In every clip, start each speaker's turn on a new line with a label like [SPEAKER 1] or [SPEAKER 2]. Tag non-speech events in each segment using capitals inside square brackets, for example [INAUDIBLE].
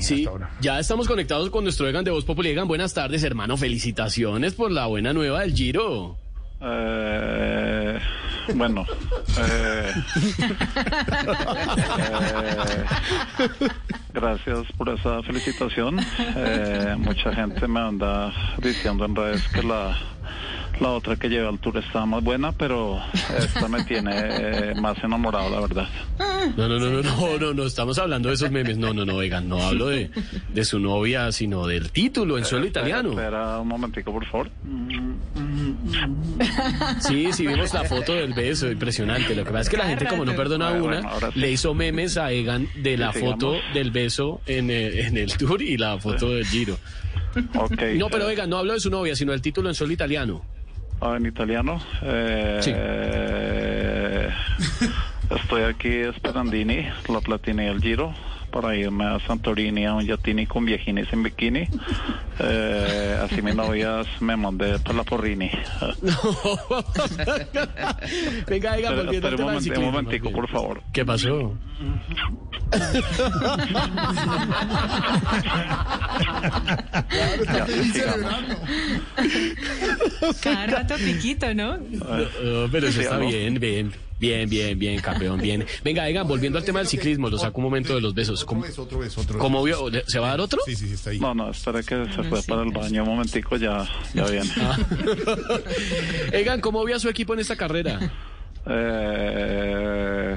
[SPEAKER 1] Sí, ya estamos conectados con nuestro Egan de Voz Populi. Egan, buenas tardes, hermano. Felicitaciones por la buena nueva del Giro.
[SPEAKER 2] Eh, bueno. eh, eh, gracias por esa felicitación. Eh, mucha gente me anda diciendo en redes que la, la otra que llevé al tour estaba más buena, pero esta me tiene eh, más enamorado, la verdad.
[SPEAKER 1] No, no, no, no, no, no, no, estamos hablando de esos memes. No, no, no, Egan, no hablo de, de su novia, sino del título en suelo italiano.
[SPEAKER 2] Espera un momentico, por favor.
[SPEAKER 1] Sí, sí, vimos la foto del beso, impresionante. Lo que pasa es que la gente, como no perdona
[SPEAKER 2] Bueno,
[SPEAKER 1] una,
[SPEAKER 2] ahora sí.
[SPEAKER 1] le hizo memes a Egan de la
[SPEAKER 2] Sí,
[SPEAKER 1] foto
[SPEAKER 2] sigamos.
[SPEAKER 1] del beso en el, en el tour y la foto del Giro.
[SPEAKER 2] Ok.
[SPEAKER 1] No, pero
[SPEAKER 2] eh,
[SPEAKER 1] Egan, no hablo de su novia, sino del título en suelo italiano.
[SPEAKER 2] Ah, en italiano. Eh,
[SPEAKER 1] Sí.
[SPEAKER 2] eh, [LAUGHS] estoy aquí esperandini, la platina y el giro, para irme a Santorini a un yatini con viejines en bikini. Eh, así mi novia me mandé para la porrini.
[SPEAKER 1] Venga, Egan,
[SPEAKER 2] Pero,
[SPEAKER 1] volviendo
[SPEAKER 2] espera
[SPEAKER 1] al tema
[SPEAKER 2] un,
[SPEAKER 1] del
[SPEAKER 2] momento, un
[SPEAKER 1] ciclismo, más
[SPEAKER 2] momentico,
[SPEAKER 1] bien.
[SPEAKER 2] por favor.
[SPEAKER 1] ¿Qué pasó?
[SPEAKER 2] Ya, sigamos.
[SPEAKER 3] Cada rato piquito, ¿no?
[SPEAKER 1] No, Eh, pero eso
[SPEAKER 2] Sí,
[SPEAKER 1] está
[SPEAKER 2] ¿no?
[SPEAKER 1] bien, bien, bien, bien, bien, campeón, bien. Venga, Egan, volviendo al tema del ciclismo, lo saco un momento de los besos.
[SPEAKER 4] Otro
[SPEAKER 1] ¿Cómo,
[SPEAKER 4] vez, otro vez, otro
[SPEAKER 1] cómo
[SPEAKER 4] vez.
[SPEAKER 1] vio? ¿Le- ¿Se va a dar otro?
[SPEAKER 4] Sí, sí, sí, está ahí.
[SPEAKER 2] No, no, espera que se fue para el baño un momentico, ya, ya viene.
[SPEAKER 1] Egan, ¿cómo vio a su equipo en esta carrera?
[SPEAKER 2] Eh,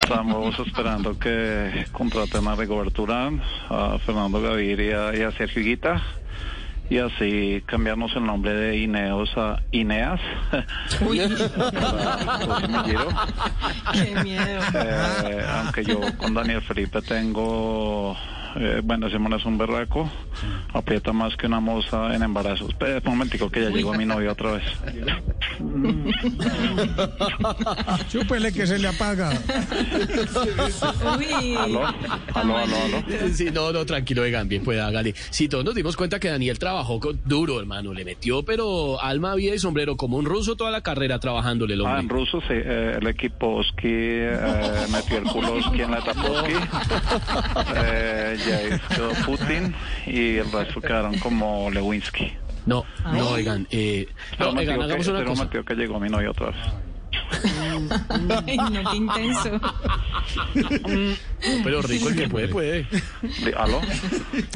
[SPEAKER 2] Estamos esperando que contraten a Rigoberto Urán, a Fernando Gaviria y a Sergio Higuita. Y así cambiamos el nombre de Ineos a Ineas. Para el próximo giro.
[SPEAKER 3] Qué miedo.
[SPEAKER 2] Eh, aunque yo con Daniel Felipe tengo, eh, bueno, ese man es un berraco, aprieta más que una moza en embarazos. Espera un momentico que ya llegó mi novio otra vez.
[SPEAKER 5] Chúpele que se le apaga.
[SPEAKER 3] Uy.
[SPEAKER 2] Aló, aló, aló, aló.
[SPEAKER 1] Sí, no, no, tranquilo, Egan, bien, pues hágale. Sí, todos nos dimos cuenta que Daniel trabajó con- duro, hermano, le metió, pero alma, vida y sombrero, como un ruso toda la carrera trabajándole el
[SPEAKER 2] Ah, en
[SPEAKER 1] hombre.
[SPEAKER 2] ruso sí, eh, el equipo
[SPEAKER 1] [LAUGHS]
[SPEAKER 2] Oski eh, metió el culo Oski en la etapa Oski. Eh, ya quedó Putin y el resto quedaron como Lewinsky.
[SPEAKER 1] No,
[SPEAKER 6] Ah.
[SPEAKER 1] no, Egan, eh,
[SPEAKER 2] Ah. Pero
[SPEAKER 1] no,
[SPEAKER 2] me
[SPEAKER 1] Egan,
[SPEAKER 2] equivoqué,
[SPEAKER 1] hagamos una
[SPEAKER 2] pero me
[SPEAKER 1] cosa.
[SPEAKER 2] equivoqué, llegó mi novia otra vez.
[SPEAKER 3] Ay, no, qué intenso.
[SPEAKER 1] Pero rico el que puede, puede.
[SPEAKER 2] Di- ¿Aló?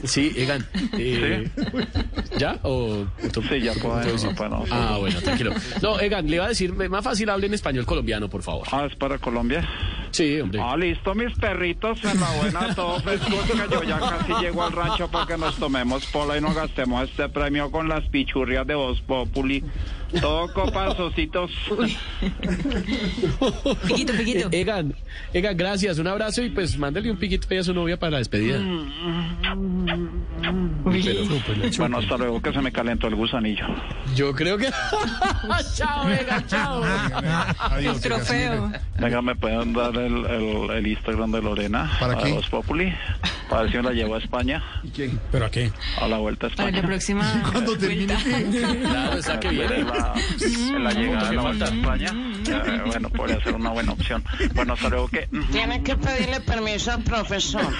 [SPEAKER 1] Sí, Egan. eh, ¿Ya? ¿O tú-
[SPEAKER 2] Sí, ya
[SPEAKER 1] tú-
[SPEAKER 2] puedo,
[SPEAKER 1] tú-
[SPEAKER 2] ya puedo.
[SPEAKER 1] Ah, bueno, tranquilo. No, Egan, le iba a decir, más fácil hable en español colombiano, por favor.
[SPEAKER 2] Ah, es para Colombia.
[SPEAKER 1] Sí, hombre.
[SPEAKER 2] Ah, listo, mis perritos, en la buena todo fresco, que yo ya casi llego al rancho para que nos tomemos pola y nos gastemos este premio con las pichurrias de Voz Populi. Todo copas, ositos.
[SPEAKER 3] Piquito, piquito.
[SPEAKER 2] Eh,
[SPEAKER 1] Egan, Egan, gracias, un abrazo y pues mándale un piquito ahí a su novia para la despedida. Pero, pues, la chupa.
[SPEAKER 2] Bueno, hasta luego que se me calentó el gusanillo.
[SPEAKER 1] yo creo que... Ah, chao, Egan, chao.
[SPEAKER 4] Adiós,
[SPEAKER 3] El
[SPEAKER 4] que así
[SPEAKER 3] trofeo.
[SPEAKER 2] Venga, ¿me pueden dar el, el- el Instagram de Lorena?
[SPEAKER 4] ¿Para
[SPEAKER 2] a
[SPEAKER 4] qué?
[SPEAKER 2] Voz Populi. Para ver si me la llevo a España,
[SPEAKER 5] ¿Pero a qué?
[SPEAKER 2] a la vuelta a
[SPEAKER 3] Para la
[SPEAKER 2] España.
[SPEAKER 3] próxima.
[SPEAKER 4] Cuando termine,
[SPEAKER 1] Claro, está que viene.
[SPEAKER 2] En la, en la llegada de la vuelta a España. eh, bueno, podría ser una buena opción. Bueno, hasta luego que...
[SPEAKER 7] Tienen que pedirle permiso al profesor.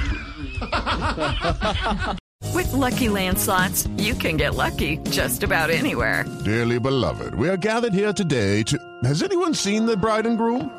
[SPEAKER 8] With Lucky Land slots, you can get lucky just about anywhere.
[SPEAKER 9] Dearly beloved, we are gathered here today to. Has anyone seen the bride and groom?